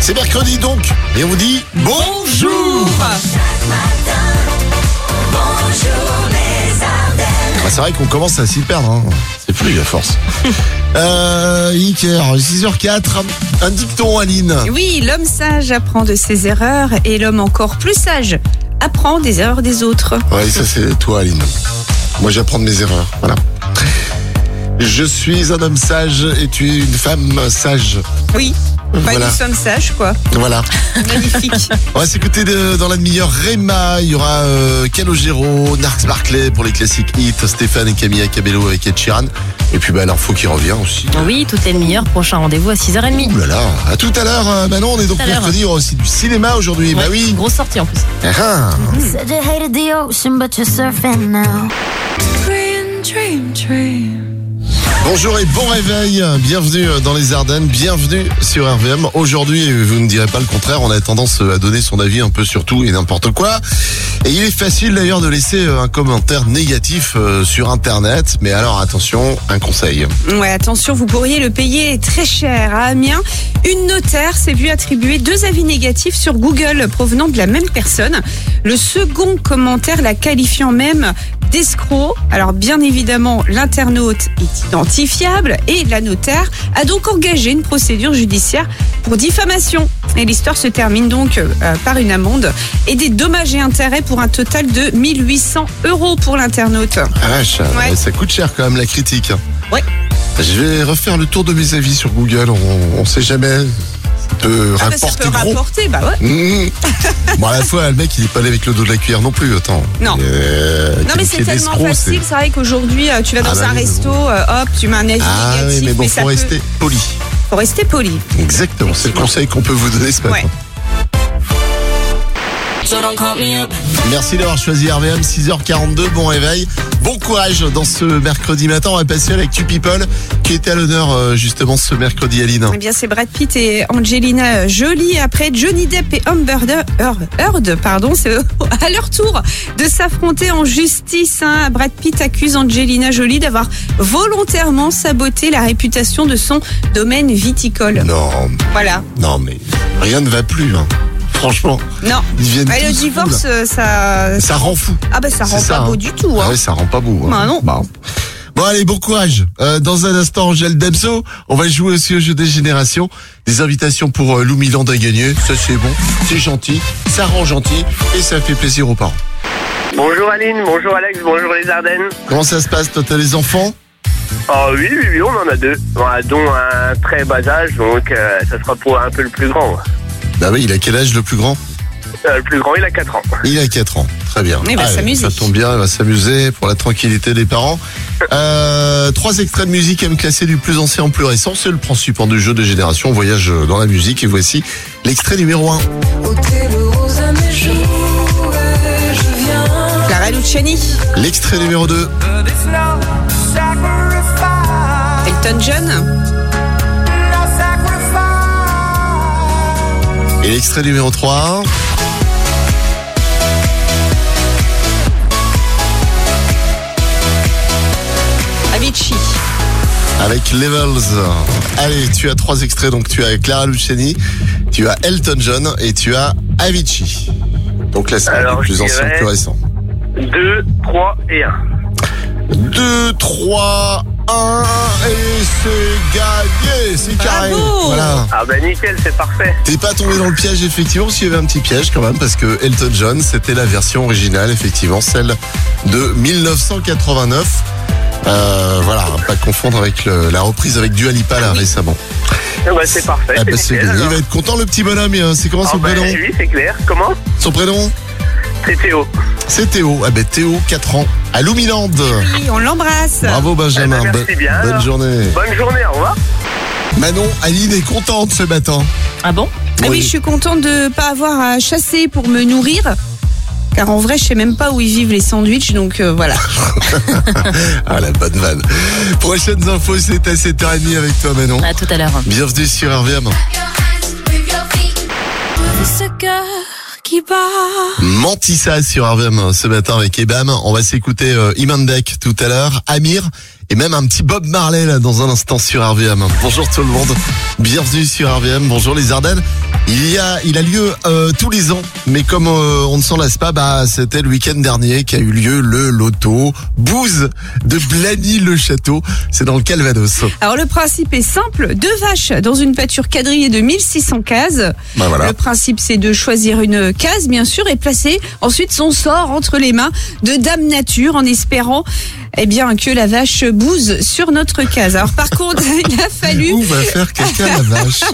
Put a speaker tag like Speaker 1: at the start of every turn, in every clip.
Speaker 1: C'est mercredi donc, et on dit bonjour Ah, C'est vrai qu'on commence à s'y perdre, hein. c'est plus à force. euh, Iker, 6h04, un dicton Aline.
Speaker 2: Oui, l'homme sage apprend de ses erreurs et l'homme encore plus sage apprend des erreurs des autres.
Speaker 1: Ouais, ça c'est toi Aline. Moi j'apprends de mes erreurs, voilà. Je suis un homme sage et tu es une femme sage.
Speaker 2: Oui, pas
Speaker 1: Voilà.
Speaker 2: nous sommes sages, quoi.
Speaker 1: Voilà.
Speaker 2: Magnifique.
Speaker 1: On va s'écouter de- dans la demi-heure Rema, il y aura euh, Calogero, Narx Barclay pour les classiques hits, Stéphane et Camilla Cabello avec Ed Sheeran. Et puis bah, l'info qui revient aussi.
Speaker 3: Oui, tout est le meilleur. Prochain rendez-vous à 6h30.
Speaker 1: Ouh là là, à tout à l'heure euh, Manon, on est donc
Speaker 3: Tout à l'heure.
Speaker 1: mercredi, il y aura aussi du cinéma aujourd'hui. Bah
Speaker 3: Ouais,
Speaker 1: oui.
Speaker 3: Grosse sortie en plus.
Speaker 1: Ah, ah.
Speaker 4: Said you hated the ocean, but you're surfing now.
Speaker 1: Bonjour et bon réveil, bienvenue euh, dans les Ardennes, bienvenue sur RVM. Aujourd'hui, vous ne direz pas le contraire, on a tendance euh, à donner son avis un peu sur tout et n'importe quoi. Et il est facile d'ailleurs de laisser euh, un commentaire négatif euh, sur Internet, mais alors attention, un conseil.
Speaker 2: ouais, attention, vous pourriez le payer très cher. À Amiens, une notaire s'est vue attribuer deux avis négatifs sur Google provenant de la même personne. Le second commentaire la qualifiant même d'escroc. Alors bien évidemment, l'internaute est identifiable et la notaire a donc engagé une procédure judiciaire pour diffamation. Et l'histoire se termine donc euh, par une amende et des dommages et intérêts pour un total de 1800 euros pour l'internaute.
Speaker 1: Ah vache,
Speaker 2: Ouais.
Speaker 1: ça coûte cher quand même la critique.
Speaker 2: Ouais.
Speaker 1: Je vais refaire le tour de mes avis sur Google, on, on sait jamais. Ça peut
Speaker 2: Ah bah, ça
Speaker 1: rapporter
Speaker 2: peut
Speaker 1: gros.
Speaker 2: rapporter, bah ouais.
Speaker 1: Mmh. bon, à la fois, le mec, il est pas allé avec le dos de la cuillère non plus, attends.
Speaker 2: Non.
Speaker 1: Euh,
Speaker 2: Non mais c'est
Speaker 1: quel
Speaker 2: tellement
Speaker 1: escroc, c'est-
Speaker 2: facile, c'est vrai qu'aujourd'hui euh, tu vas dans
Speaker 1: Ah bah oui,
Speaker 2: un
Speaker 1: mais
Speaker 2: resto, euh, hop, tu mets un avis
Speaker 1: Ah
Speaker 2: négatif,
Speaker 1: oui, mais bon,
Speaker 2: mais ça
Speaker 1: faut
Speaker 2: peut-
Speaker 1: rester poli.
Speaker 2: faut rester poli.
Speaker 1: Exactement, c'est le conseil qu'on peut vous donner ce matin.
Speaker 2: Ouais.
Speaker 1: Merci d'avoir choisi RVM, 6h42, bon réveil. Bon courage dans ce mercredi matin. On va passer à l'actu People qui était à l'honneur euh, justement ce mercredi, Aline.
Speaker 2: Eh bien c'est Brad Pitt et Angelina Jolie après Johnny Depp et Amber Heard- Heard, Heard, pardon, c'est à leur tour de s'affronter en justice. hein. Brad Pitt accuse Angelina Jolie d'avoir volontairement saboté la réputation de son domaine viticole.
Speaker 1: Non,
Speaker 2: Voilà.
Speaker 1: non, mais rien ne va plus. hein. Franchement,
Speaker 2: Non.
Speaker 1: ils viennent.
Speaker 2: Bah, le
Speaker 1: tous fous,
Speaker 2: divorce,
Speaker 1: là.
Speaker 2: euh, ça,
Speaker 1: Ça rend fou.
Speaker 2: ah bah ça
Speaker 1: C'est
Speaker 2: rend
Speaker 1: ça,
Speaker 2: pas
Speaker 1: hein.
Speaker 2: beau du tout.
Speaker 1: Ah
Speaker 2: hein.
Speaker 1: ouais, ça rend pas beau. hein.
Speaker 2: Bah non.
Speaker 1: Bon. Bon, allez, bon courage. Euh, dans un instant, Angèle Demso, on va jouer aussi au jeu des générations. Des invitations pour euh, Lou Milan à gagner. Ça, c'est bon. C'est gentil. Ça rend gentil. Et ça fait plaisir aux parents.
Speaker 5: Bonjour Aline, bonjour Alex, bonjour les Ardennes.
Speaker 1: Comment ça se passe, toi, t'as les enfants
Speaker 5: Oh oui, oui, oui, on en a deux. On a dont un très bas âge, donc euh, ça sera pour un peu le plus grand.
Speaker 1: Bah oui, il a quel âge, le plus grand
Speaker 5: Euh, le plus grand, il a 4 ans.
Speaker 1: Il a 4 ans. Très bien.
Speaker 2: Il
Speaker 1: Allez,
Speaker 2: va Eh ben, s'amuser.
Speaker 1: Ça tombe bien, il va s'amuser pour la tranquillité des parents. Euh, trois extraits de musique à me classer du plus ancien au plus récent. C'est le principe hein, du jeu des générations. On voyage euh, dans la musique. Et voici l'extrait numéro 1.
Speaker 2: Clara Luciani,
Speaker 1: L'extrait numéro 2.
Speaker 2: Elton John.
Speaker 1: Et l'extrait numéro 3.
Speaker 2: Avicii.
Speaker 1: avec Levels. Allez, tu as trois extraits, donc tu as Clara Luciani, tu as Elton John et tu as Avicii. Donc là, c'est le
Speaker 5: Alors,
Speaker 1: plus
Speaker 5: je
Speaker 1: ancien,
Speaker 5: dirais-
Speaker 1: plus récent.
Speaker 5: 2, 3 et 1.
Speaker 1: 2, 3, 1, et c'est gagné, c'est carré.
Speaker 2: Bravo
Speaker 1: Voilà.
Speaker 5: Ah bah nickel, c'est parfait.
Speaker 1: T'es pas tombé dans le piège, effectivement, s'il y avait un petit piège quand même, parce que Elton John, c'était la version originale, effectivement, celle de 1989. Euh, voilà, à pas confondre avec le- la reprise avec Dua Lipa là récemment.
Speaker 5: Ah bah c'est parfait,
Speaker 1: Ah bah,
Speaker 5: c'est
Speaker 1: c'est
Speaker 5: nickel.
Speaker 1: bien. Il
Speaker 5: alors.
Speaker 1: va être content le petit bonhomme. et, euh, C'est comment
Speaker 5: Ah
Speaker 1: son
Speaker 5: bah
Speaker 1: prénom
Speaker 5: oui, c'est clair. Comment
Speaker 1: Son prénom
Speaker 5: C'est Théo.
Speaker 1: C'est Théo. Ah ben Théo, 4 ans, à Loumiland.
Speaker 2: Oui, on l'embrasse.
Speaker 1: Bravo Benjamin.
Speaker 5: Eh ben, merci
Speaker 1: Bonne-
Speaker 5: bien,
Speaker 1: Bonne
Speaker 5: alors.
Speaker 1: journée.
Speaker 5: Bonne journée, au revoir.
Speaker 1: Manon, Aline est contente ce matin.
Speaker 3: Ah bon
Speaker 2: Ah oui, je suis contente de pas avoir à chasser pour me nourrir. Car en vrai, je sais même pas où ils vivent les sandwichs, donc euh, voilà.
Speaker 1: Ah la bonne vanne. Prochaines infos, c'est à 7h30 avec toi Manon.
Speaker 3: À tout à l'heure.
Speaker 1: Bienvenue sur RVM.
Speaker 4: Ce cœur qui bat.
Speaker 1: Mentissa sur RVM ce matin avec Ebam. On va s'écouter euh, Imandek tout à l'heure, Amir et même un petit Bob Marley là dans un instant sur RVM. Bonjour tout le monde. Bienvenue sur RVM. Bonjour les Ardennes. Il y a, il a lieu euh, tous les ans, mais comme euh, on ne s'en lasse pas, bah, c'était le week-end dernier qu'a eu lieu le loto Bouze de Blagny-le-Château. C'est dans le Calvados.
Speaker 2: Alors le principe est simple, deux vaches dans une pâture quadrillée de 1600 cases.
Speaker 1: Bah voilà.
Speaker 2: Le principe c'est de choisir une case bien sûr et placer ensuite son sort entre les mains de Dame Nature en espérant eh bien que la vache bouse sur notre case. Alors par contre, il a fallu
Speaker 1: Où va faire caca la vache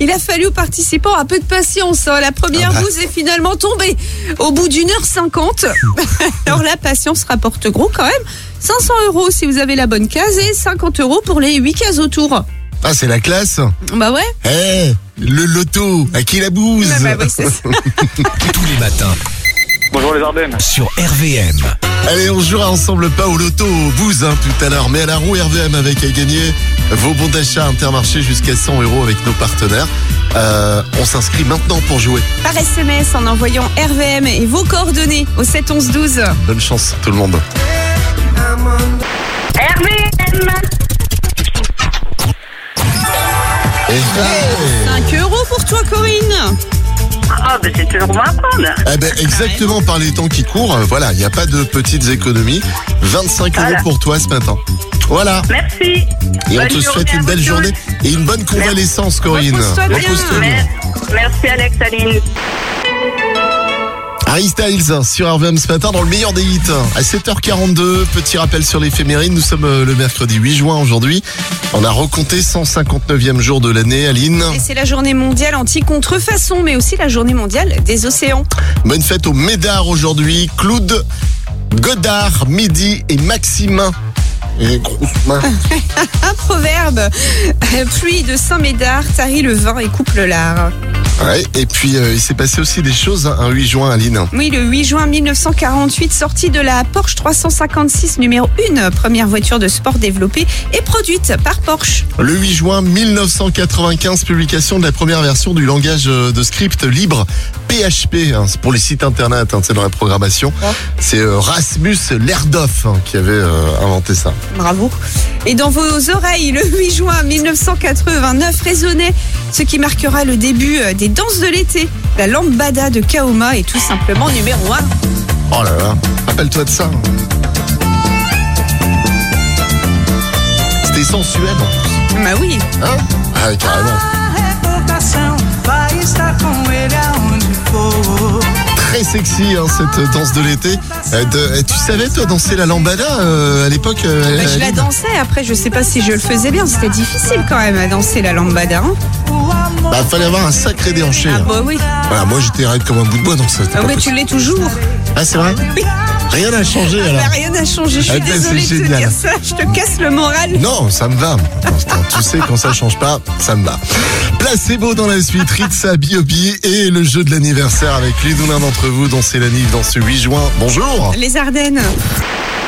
Speaker 2: il a fallu aux participants un peu de patience. hein. La première
Speaker 1: Ah bah.
Speaker 2: bouse est finalement tombée au bout d'une heure cinquante. Alors la patience rapporte gros quand même. 500 euros si vous avez la bonne case et 50 euros pour les 8 cases autour.
Speaker 1: Ah, c'est la classe
Speaker 2: Bah ouais.
Speaker 1: Eh, le loto, à qui la bouse
Speaker 2: Bah, bah, oui, c'est ça.
Speaker 6: Tous les matins
Speaker 5: Bonjour les Ardennes.
Speaker 6: sur RVM.
Speaker 1: Allez, on jouera ensemble pas au loto, au bouse hein, tout à l'heure, mais à la roue RVM avec à gagner vos bons d'achat Intermarché jusqu'à 100 euros avec nos partenaires. Euh, on s'inscrit maintenant pour jouer.
Speaker 2: Par SMS en envoyant RVM et vos coordonnées au 7 11 12.
Speaker 1: Bonne chance tout le monde. RVM. eh.
Speaker 2: 5 euros pour toi Corinne.
Speaker 7: Ah, ben c'est toujours bon à prendre.
Speaker 1: Eh ben, exactement par les temps qui courent, euh, voilà, il n'y a pas de petites économies. 25 euros
Speaker 7: Voilà.
Speaker 1: pour toi ce matin. Voilà.
Speaker 7: Merci.
Speaker 1: Et on
Speaker 7: Bonne
Speaker 1: te
Speaker 7: journée
Speaker 1: souhaite
Speaker 7: à
Speaker 1: une
Speaker 7: vous
Speaker 1: belle
Speaker 7: tous.
Speaker 1: journée et une bonne convalescence, Corinne.
Speaker 2: Repose-toi bien.
Speaker 5: Mmh.
Speaker 7: Mer- Merci Alex, Aline.
Speaker 1: Harry Styles hein, sur RVM ce matin dans le meilleur des hits. À 7h42, petit rappel sur l'éphéméride, nous sommes euh, le mercredi 8 juin aujourd'hui. On a recompté 159e jour de l'année, Aline.
Speaker 2: Et c'est la journée mondiale anti-contrefaçon, mais aussi la journée mondiale des océans.
Speaker 1: Bonne fête aux Médard aujourd'hui. Claude, Godard, Midi et Maximin. Et grosse main.
Speaker 2: Un proverbe pluie de Saint-Médard tarit le vin et coupe le lard.
Speaker 1: Ouais, et puis euh, il s'est passé aussi des choses hein, un 8 juin, Aline.
Speaker 2: Oui, le 8 juin 1948, sortie de la Porsche 356 numéro 1, première voiture de sport développée et produite par Porsche.
Speaker 1: Le 8 juin 1995, publication de la première version du langage euh, de script libre PHP. hein, c'est pour les sites internet, hein, c'est dans la programmation. C'est euh, Rasmus Lerdoff hein, qui avait euh, inventé ça.
Speaker 2: Bravo. Et dans vos oreilles, le 8 juin 1989 résonnait ce qui marquera le début euh, des danses de l'été. La lambada de Kaoma est tout simplement numéro 1.
Speaker 1: Oh là là, rappelle-toi de ça. hein. C'était sensuel en plus,
Speaker 2: Bah oui.
Speaker 1: hein Ah, carrément.
Speaker 8: coração vai estar com ele aonde for.
Speaker 1: Très sexy hein, cette danse de l'été. Euh, de- euh, tu savais toi danser la lambada euh, à l'époque euh,
Speaker 2: Bah, je la
Speaker 1: Aline
Speaker 2: dansais, après je sais pas si je le faisais bien, c'était difficile quand même à danser la lambada. hein.
Speaker 8: O amor
Speaker 1: Bah, fallait avoir un sacré déhanché.
Speaker 2: Ah
Speaker 1: là.
Speaker 2: bah oui.
Speaker 1: Voilà, moi j'étais raide comme un bout de bois dans ça. c'était
Speaker 2: Ah
Speaker 1: pas
Speaker 2: ouais, tu l'es toujours.
Speaker 1: Ah, c'est vrai Rien n'a changé alors.
Speaker 2: Bah, rien n'a changé, je
Speaker 1: Ah
Speaker 2: suis
Speaker 1: bah,
Speaker 2: désolée
Speaker 1: c'est
Speaker 2: de te
Speaker 1: génial.
Speaker 2: dire ça, je te casse le moral.
Speaker 1: Non, ça me va. Putain, tu sais, quand ça change pas, ça me va. Placebo dans la suite, Ritza, Biobi et le jeu de l'anniversaire avec l'une ou l'un d'entre vous dont c'est l'anniv dans ce 8 juin. Bonjour
Speaker 2: Les Ardennes.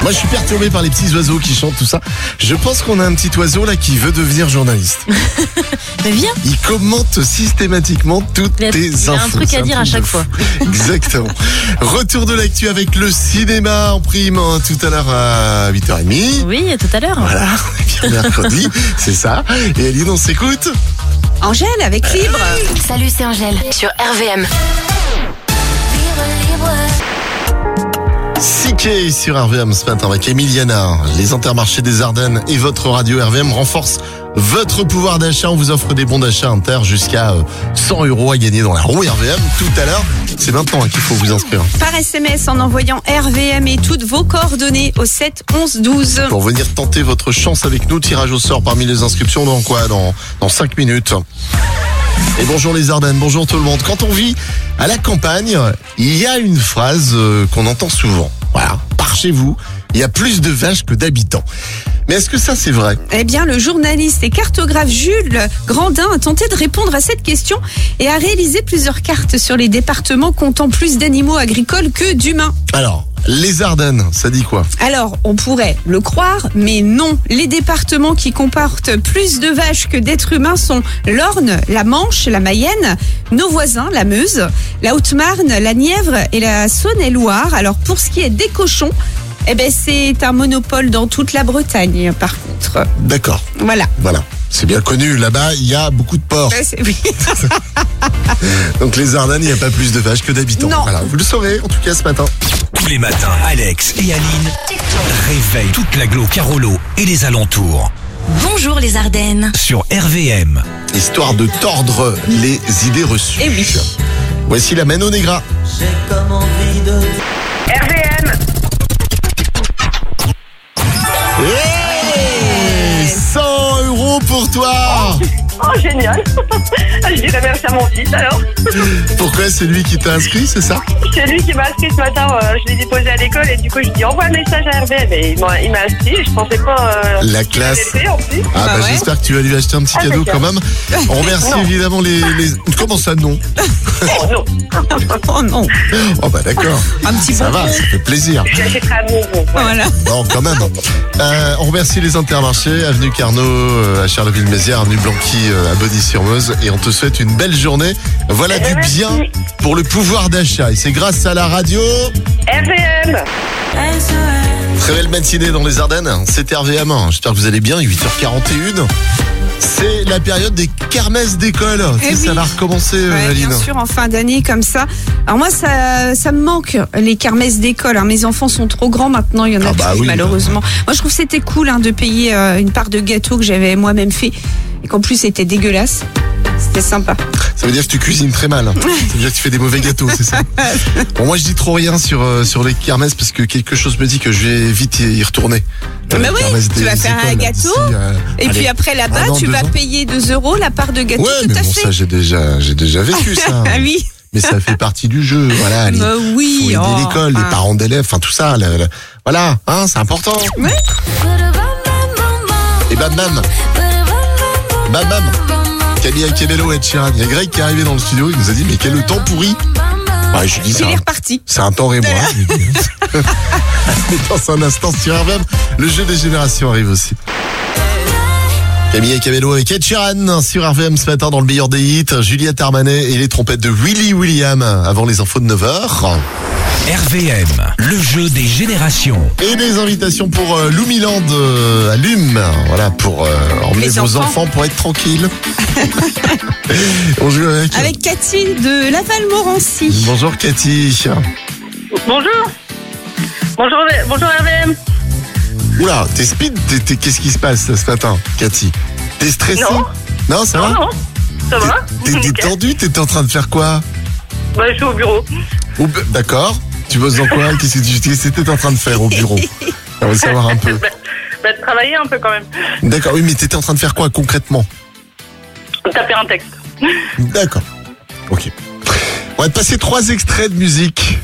Speaker 1: Moi je suis perturbé par les petits oiseaux qui chantent tout ça. Je pense qu'on a un petit oiseau là qui veut devenir journaliste.
Speaker 3: Mais viens,
Speaker 1: Il commente systématiquement toutes
Speaker 3: Il y a-
Speaker 1: tes
Speaker 3: il y a
Speaker 1: infos.
Speaker 3: un truc à
Speaker 1: C'est
Speaker 3: dire à
Speaker 1: de
Speaker 3: chaque
Speaker 1: fou.
Speaker 3: fois.
Speaker 1: Exactement. Retour de l'actu avec le cinéma en prime hein, tout à l'heure à 8h30.
Speaker 3: oui, à tout à l'heure.
Speaker 1: Voilà, on est bien mercredi, c'est ça. Et Aline, on s'écoute
Speaker 2: Angèle avec Libre.
Speaker 4: Salut, c'est Angèle.
Speaker 3: Sur RVM.
Speaker 1: Siké sur RVM ce matin avec Emiliana. Les intermarchés des Ardennes et votre radio RVM renforcent votre pouvoir d'achat. On vous offre des bons d'achat inter jusqu'à euh, 100 euros à gagner dans la roue RVM tout à l'heure. C'est maintenant hein, qu'il faut vous inscrire.
Speaker 2: Par SMS en envoyant RVM et toutes vos coordonnées au 7 11 12.
Speaker 1: pour venir tenter votre chance avec nous. Tirage au sort parmi les inscriptions dans quoi dans, dans 5 minutes. Et bonjour les Ardennes, bonjour tout le monde. Quand on vit à la campagne, il y a une phrase euh, qu'on entend souvent. Voilà, par chez vous, il y a plus de vaches que d'habitants. Mais est-ce que ça c'est vrai
Speaker 2: Eh bien, le journaliste et cartographe Jules Grandin a tenté de répondre à cette question et a réalisé plusieurs cartes sur les départements comptant plus d'animaux agricoles que d'humains.
Speaker 1: Alors, les Ardennes, ça dit quoi
Speaker 2: Alors, on pourrait le croire, mais non. Les départements qui comportent plus de vaches que d'êtres humains sont l'Orne, la Manche, la Mayenne, nos voisins, la Meuse, la Haute-Marne, la Nièvre et la Saône-et-Loire. Alors, pour ce qui est des cochons, eh ben, c'est un monopole dans toute la Bretagne, par contre.
Speaker 1: D'accord,
Speaker 2: Voilà.
Speaker 1: voilà. C'est bien connu, là-bas, il y a beaucoup de porcs.
Speaker 2: Ouais, c'est- oui.
Speaker 1: Donc les Ardennes, il n'y a pas plus de vaches que d'habitants.
Speaker 2: Non.
Speaker 1: Voilà, vous le saurez en tout cas ce matin.
Speaker 6: Tous les matins, Alex et Aline réveillent toute l'agglo Carolo et les alentours
Speaker 3: Bonjour les Ardennes.
Speaker 6: sur RVM.
Speaker 1: Histoire de tordre les idées reçues.
Speaker 2: Eh oui.
Speaker 1: Voici la Mano Negra.
Speaker 7: RVM,
Speaker 1: Hey 100 euros pour toi
Speaker 7: oh génial. Je dirais merci à mon fils alors.
Speaker 1: Pourquoi c'est lui qui t'a inscrit, c'est ça Ah,
Speaker 7: C'est lui qui m'a inscrit ce matin, euh, je l'ai déposé à l'école et du coup je lui ai dit envoie un message à RVM et il m'a il m'a inscrit et je pensais pas... euh,
Speaker 1: La
Speaker 7: qu'il allait
Speaker 1: classe.
Speaker 7: le faire, en plus.
Speaker 1: Ah bah,
Speaker 2: Bah ouais.
Speaker 1: j'espère que tu vas lui acheter un petit
Speaker 7: Ah,
Speaker 1: cadeau
Speaker 7: d'accord.
Speaker 1: quand même. On remercie
Speaker 7: Non.
Speaker 1: évidemment les, les- Comment ça non
Speaker 7: Oh non,
Speaker 2: Oh non.
Speaker 1: Oh bah d'accord.
Speaker 2: Un petit
Speaker 1: Ça
Speaker 2: bonbon.
Speaker 1: va, ça fait plaisir.
Speaker 7: je lui achèterai un bonbon. voilà.
Speaker 2: Voilà.
Speaker 1: Bon, quand même. Euh, on remercie les intermarchés, avenue Carnot euh, à Charleville-Mézières, avenue Blanqui euh, à Bonny-sur-Meuse. Et on te souhaite une belle journée. Voilà
Speaker 2: Eh
Speaker 1: du
Speaker 2: ben,
Speaker 7: Merci.
Speaker 1: bien pour le pouvoir d'achat. Et c'est grâce à la radio.
Speaker 7: RVM
Speaker 1: Très belle matinée dans les Ardennes. C'est RVM1. J'espère que vous allez bien. 8h41. C'est la période des kermesses d'école. Tu
Speaker 2: Eh
Speaker 1: sais, Ça
Speaker 2: oui.
Speaker 1: va recommencer, euh,
Speaker 2: Ouais,
Speaker 1: Aline.
Speaker 2: bien sûr, en fin d'année comme ça. Alors moi, ça, ça me manque les kermesses d'école. hein. Mes enfants sont trop grands maintenant, il y en a
Speaker 1: Ah bah
Speaker 2: plus,
Speaker 1: oui.
Speaker 2: malheureusement. Moi, je trouve que c'était cool hein, de payer euh, une part de gâteau que j'avais moi-même fait et qu'en plus c'était dégueulasse. C'était sympa.
Speaker 1: Ça veut dire que tu cuisines très mal. Ça veut dire que tu fais des mauvais gâteaux, c'est ça Bon, moi, je dis trop rien sur, euh, sur les kermesses parce que quelque chose me dit que je vais vite y y retourner. Euh,
Speaker 2: Ah bah
Speaker 1: Les
Speaker 2: oui,
Speaker 1: kermesses
Speaker 2: tu
Speaker 1: des
Speaker 2: vas faire un
Speaker 1: écoles,
Speaker 2: gâteau,
Speaker 1: d'ici, euh,
Speaker 2: Et
Speaker 1: allez.
Speaker 2: puis après là-bas,
Speaker 1: un an,
Speaker 2: tu
Speaker 1: deux
Speaker 2: vas
Speaker 1: ans.
Speaker 2: payer 2 euros la part de gâteau
Speaker 1: Ouais,
Speaker 2: que
Speaker 1: mais
Speaker 2: t'as
Speaker 1: bon,
Speaker 2: fait.
Speaker 1: ça, j'ai déjà, j'ai déjà vécu ça. hein.
Speaker 2: Ah oui,
Speaker 1: Mais ça fait partie du jeu, voilà. Les,
Speaker 2: Bah oui,
Speaker 1: faut aider
Speaker 2: oh,
Speaker 1: l'école, les
Speaker 2: enfin.
Speaker 1: parents d'élèves, enfin tout ça. la- la- voilà, hein, c'est important. Et bam bam, bam bam. Camille Akebello et Chiran. Il y a Greg qui est arrivé dans le studio, il nous a dit, mais quel temps pourri. Bah, je lui dis
Speaker 2: il
Speaker 1: ça.
Speaker 2: est reparti.
Speaker 1: C'est un temps et moi. Dans un instant sur RVM, le jeu des générations arrive aussi. Camille Cabello et Kate Sheeran sur RVM ce matin dans le meilleur des hits. Juliette Armanet et les trompettes de Willy William avant les infos de 9h.
Speaker 6: RVM, le jeu des générations.
Speaker 1: Et des invitations pour euh, Lou Milan de- à Lume. Voilà, pour euh, emmener
Speaker 2: Les
Speaker 1: vos enfants.
Speaker 2: enfants.
Speaker 1: pour être tranquille. On joue avec.
Speaker 2: Avec Cathy de Laval-Morancy.
Speaker 1: Bonjour Cathy.
Speaker 7: Bonjour. Bonjour, bonjour RVM.
Speaker 1: Oula, t'es speed t'es- t'es- Qu'est-ce qui se passe ce matin, Cathy T'es stressée
Speaker 7: Non.
Speaker 1: Non, ça va
Speaker 7: Non, non, ça va
Speaker 1: Hein T'es
Speaker 7: Nickel.
Speaker 1: détendu T'étais en train de faire quoi
Speaker 7: Bah, je suis au bureau.
Speaker 1: Ou- D'accord. Tu bosses dans quoi Qu'est-ce que tu qu'est-ce que t'étais en train de faire au bureau On va savoir un peu.
Speaker 7: Bah, bah, travailler un peu quand même.
Speaker 1: D'accord, oui, mais t'étais en train de faire quoi concrètement
Speaker 7: Taper un texte.
Speaker 1: D'accord. Ok. On va te passer trois extraits de musique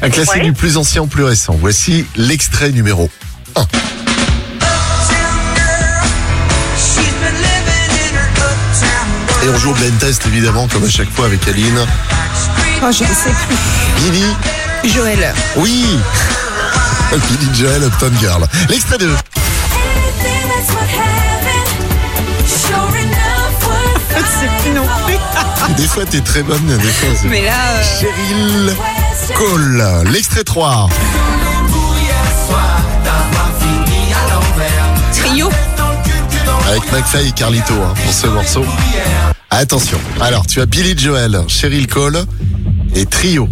Speaker 1: à classer
Speaker 7: Ouais.
Speaker 1: du plus ancien au plus récent. Voici l'extrait numéro.
Speaker 8: She's been living in her uptown
Speaker 1: Et on joue au blind test, évidemment, comme à chaque fois avec Aline.
Speaker 2: Oh, je ne sais
Speaker 1: Billy,
Speaker 2: plus. Joël.
Speaker 1: oui Billy Joel, Upton Girl. L'extrait 2.
Speaker 2: Je ne sais plus non plus.
Speaker 1: Des fois, t'es très bonne, des fois, c'est-
Speaker 2: Mais là, euh,
Speaker 1: Cheryl Cole. L'extrait 3.
Speaker 2: trio.
Speaker 1: Avec McFly et Carlito hein, pour ce morceau. Attention. Alors, tu as Billy Joel, Cheryl Cole et Trio.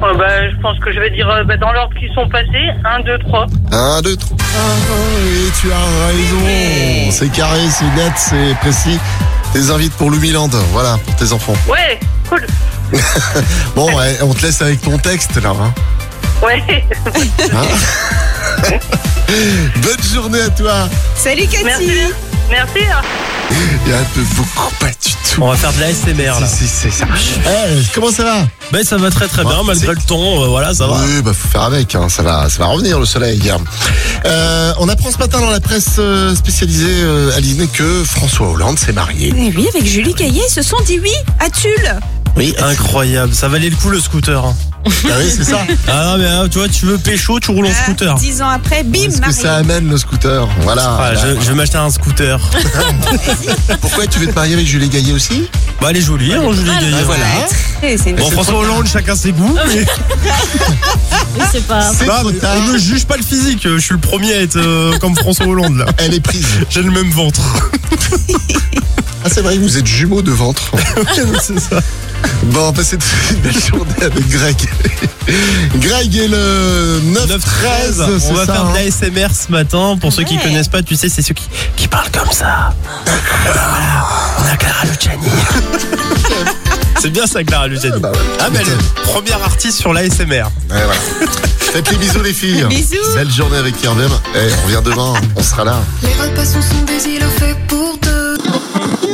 Speaker 7: Oh, bah, je pense que je vais dire euh, bah, dans l'ordre qu'ils sont passés. 1, 2, 3.
Speaker 1: 1, 2, 3. Ah, oui, tu as raison. C'est carré, c'est net, c'est précis. Tes invites pour Lumiland, voilà, pour tes enfants.
Speaker 7: Ouais, cool.
Speaker 1: Bon, ouais, on te laisse avec ton texte là. hein.
Speaker 7: Ouais,
Speaker 1: Bonne journée à toi.
Speaker 2: Salut Cathy.
Speaker 7: merci. Merci. hein.
Speaker 1: Il y a un peu beaucoup, pas du tout.
Speaker 9: On va faire de la SMR là.
Speaker 1: Si, si, c'est ça. Eh, comment ça va
Speaker 9: Ben ça va très très bien
Speaker 1: Ouais,
Speaker 9: malgré
Speaker 1: c'est-
Speaker 9: le ton, euh, voilà ça va.
Speaker 1: Oui, bah faut faire avec, hein, ça va, ça va revenir le soleil. Euh, on apprend ce matin dans la presse euh, spécialisée euh, Aline que François Hollande s'est marié.
Speaker 2: Eh oui, avec Julie Caillé, ils se sont dit oui à Tulle.
Speaker 1: Oui.
Speaker 9: Incroyable, ça valait le coup le scooter. hein.
Speaker 1: Ah oui, c'est ça.
Speaker 9: Ah non, mais hein, tu vois, tu veux pécho, tu roules en
Speaker 3: Euh,
Speaker 2: Ah,
Speaker 9: scooter.
Speaker 2: Dix ans après, bim,
Speaker 1: Est-ce que
Speaker 2: marié.
Speaker 1: ça amène le scooter Voilà.
Speaker 9: Ah,
Speaker 6: bah,
Speaker 1: Voilà.
Speaker 9: je, je vais m'acheter un scooter.
Speaker 1: Pourquoi tu veux te marier avec Julie Gaillet aussi
Speaker 9: bah, elle est jolie, hein, Julie Gaillard.
Speaker 1: Ah, Voilà.
Speaker 2: Eh, c'est une-
Speaker 9: Bon, François Hollande, chacun ses goûts.
Speaker 6: Ah,
Speaker 9: mais-
Speaker 3: Oui, c'est pas.
Speaker 1: C'est
Speaker 9: Non,
Speaker 1: trop
Speaker 9: mais
Speaker 1: tard.
Speaker 9: on ne juge pas le physique. Je suis le premier à être euh, comme François Hollande, là.
Speaker 1: Elle est prise.
Speaker 9: J'ai le même ventre.
Speaker 1: Ah, c'est vrai, vous êtes jumeaux de ventre.
Speaker 9: C'est ça.
Speaker 1: Bon, passez toute une belle journée avec Greg. Greg est le 9-13.
Speaker 9: 9-13, on
Speaker 1: c'est
Speaker 9: va
Speaker 1: ça,
Speaker 9: faire
Speaker 1: hein.
Speaker 9: de l'ASMR ce matin. Pour ceux qui
Speaker 2: Ouais.
Speaker 9: connaissent pas, tu sais, c'est ceux qui, qui parlent comme ça. Voilà, on a Clara Luciani. c'est bien ça, Clara Luciani.
Speaker 1: Bah ouais.
Speaker 9: Ah, mais elle est première artiste sur l'ASMR.
Speaker 1: Ouais, voilà. Faites les bisous, les filles.
Speaker 2: Bisous.
Speaker 1: Belle journée avec Kervem. Eh, on revient demain, on sera là.
Speaker 4: Les repas sont sans des îlots faits pour deux.